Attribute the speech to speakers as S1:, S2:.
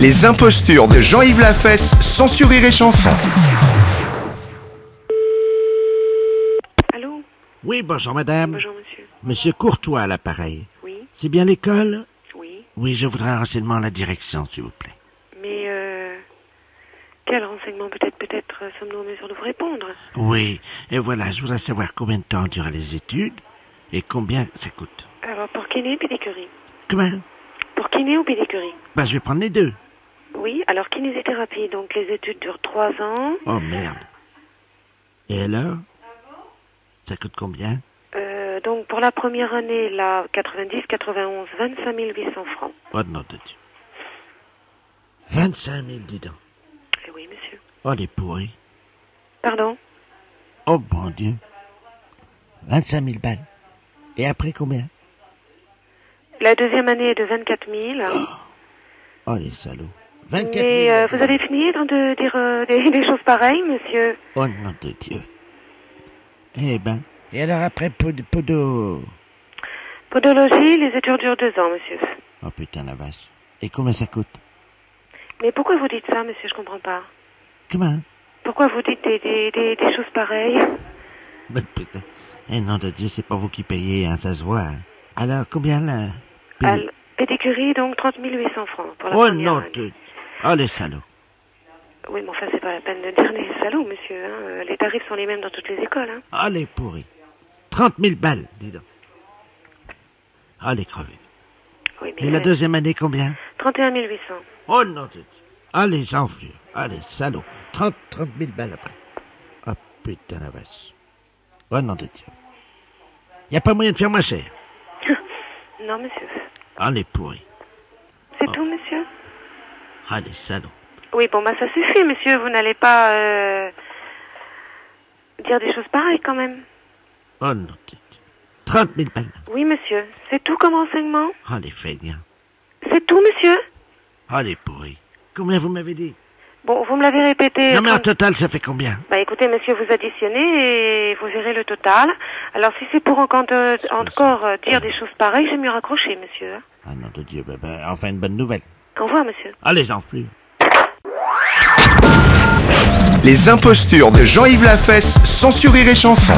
S1: Les impostures de Jean-Yves Lafesse, sans sourire et chanson.
S2: Allô
S3: Oui, bonjour madame.
S2: Bonjour, monsieur.
S3: Monsieur Courtois à l'appareil.
S2: Oui,
S3: C'est bien l'école
S2: oui.
S3: Oui, je voudrais un renseignement à la direction, s'il vous plaît.
S2: Mais euh, quel renseignement peut-être peut-être euh, sommes-nous en mesure de vous répondre
S3: Oui, et voilà, je voudrais savoir combien de temps durent les études et combien ça coûte.
S2: Alors, pour kiné ou pédicurie
S3: Comment
S2: Pour kiné ou pédicurie
S3: Ben, je vais prendre les deux.
S2: Oui, alors kinésithérapie, donc les études durent trois ans.
S3: Oh merde. Et alors Ça coûte combien
S2: Euh, donc pour la première année, là, 90, 91, 25 800 francs.
S3: Oh non, de Dieu. 25 000, dis donc.
S2: Eh oui, monsieur.
S3: Oh, les pourris.
S2: Pardon
S3: Oh, bon Dieu. 25 000 balles. Et après combien
S2: La deuxième année est de 24 000.
S3: Oh, les salauds. 24 000.
S2: Mais euh, vous avez fini de dire euh, des, des choses pareilles, monsieur
S3: Oh nom de Dieu. Eh ben. Et alors après Pod- Podo.
S2: Podologie, les études durent deux ans, monsieur.
S3: Oh putain la vache. Et combien ça coûte
S2: Mais pourquoi vous dites ça, monsieur Je comprends pas.
S3: Comment
S2: Pourquoi vous dites des, des, des, des choses pareilles
S3: Mais putain. Eh nom de Dieu, c'est pas vous qui payez, hein, ça se voit. Alors combien là Puis-
S2: Al- Pédicurie, donc 30 800 francs pour la
S3: Oh
S2: première
S3: non
S2: année.
S3: de Oh les salauds.
S2: Oui, mais enfin, c'est pas la peine de dire les salauds, monsieur. hein. Euh, Les tarifs sont les mêmes dans toutes les écoles. Hein.
S3: Oh les pourris. 30 000 balles, dis donc. Oh les crevés.
S2: Oui, mais
S3: Et la
S2: euh,
S3: deuxième année, combien
S2: 31 800.
S3: Oh non de Dieu. Oh les envieux. Oh les salauds. 30, 30 000 balles après. Oh putain la vache. Oh nom de Dieu. Y a pas moyen de faire moins cher.
S2: Non, monsieur.
S3: Ah les pourris.
S2: C'est tout, monsieur
S3: Ah les salauds.
S2: Oui, bon, bah ça suffit, monsieur. Vous n'allez pas euh, dire des choses pareilles, quand même.
S3: Oh non de Dieu. 30 000 balles.
S2: Oui, monsieur. C'est tout comme renseignement
S3: Ah les feignants.
S2: C'est tout, monsieur
S3: Ah les pourris. Combien vous m'avez dit
S2: Bon, vous me l'avez répété.
S3: Non mais en
S2: 30
S3: total ça fait combien
S2: Bah écoutez, monsieur, vous additionnez et vous verrez le total. Alors si c'est pour encore, euh, encore euh, dire des choses pareilles, j'aime mieux raccrocher, monsieur. hein.
S3: Ah non de Dieu, ben, ben, enfin une bonne nouvelle.
S2: Au revoir, monsieur.
S3: Ah les enflures.
S1: Les impostures de Jean-Yves Lafesse, sans sourire et chanson.